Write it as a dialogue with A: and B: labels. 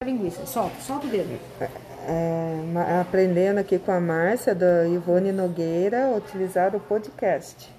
A: a linguiça. Solta, solta o dedo.
B: É, ma- aprendendo aqui com a Márcia, da Ivone Nogueira, utilizar o podcast.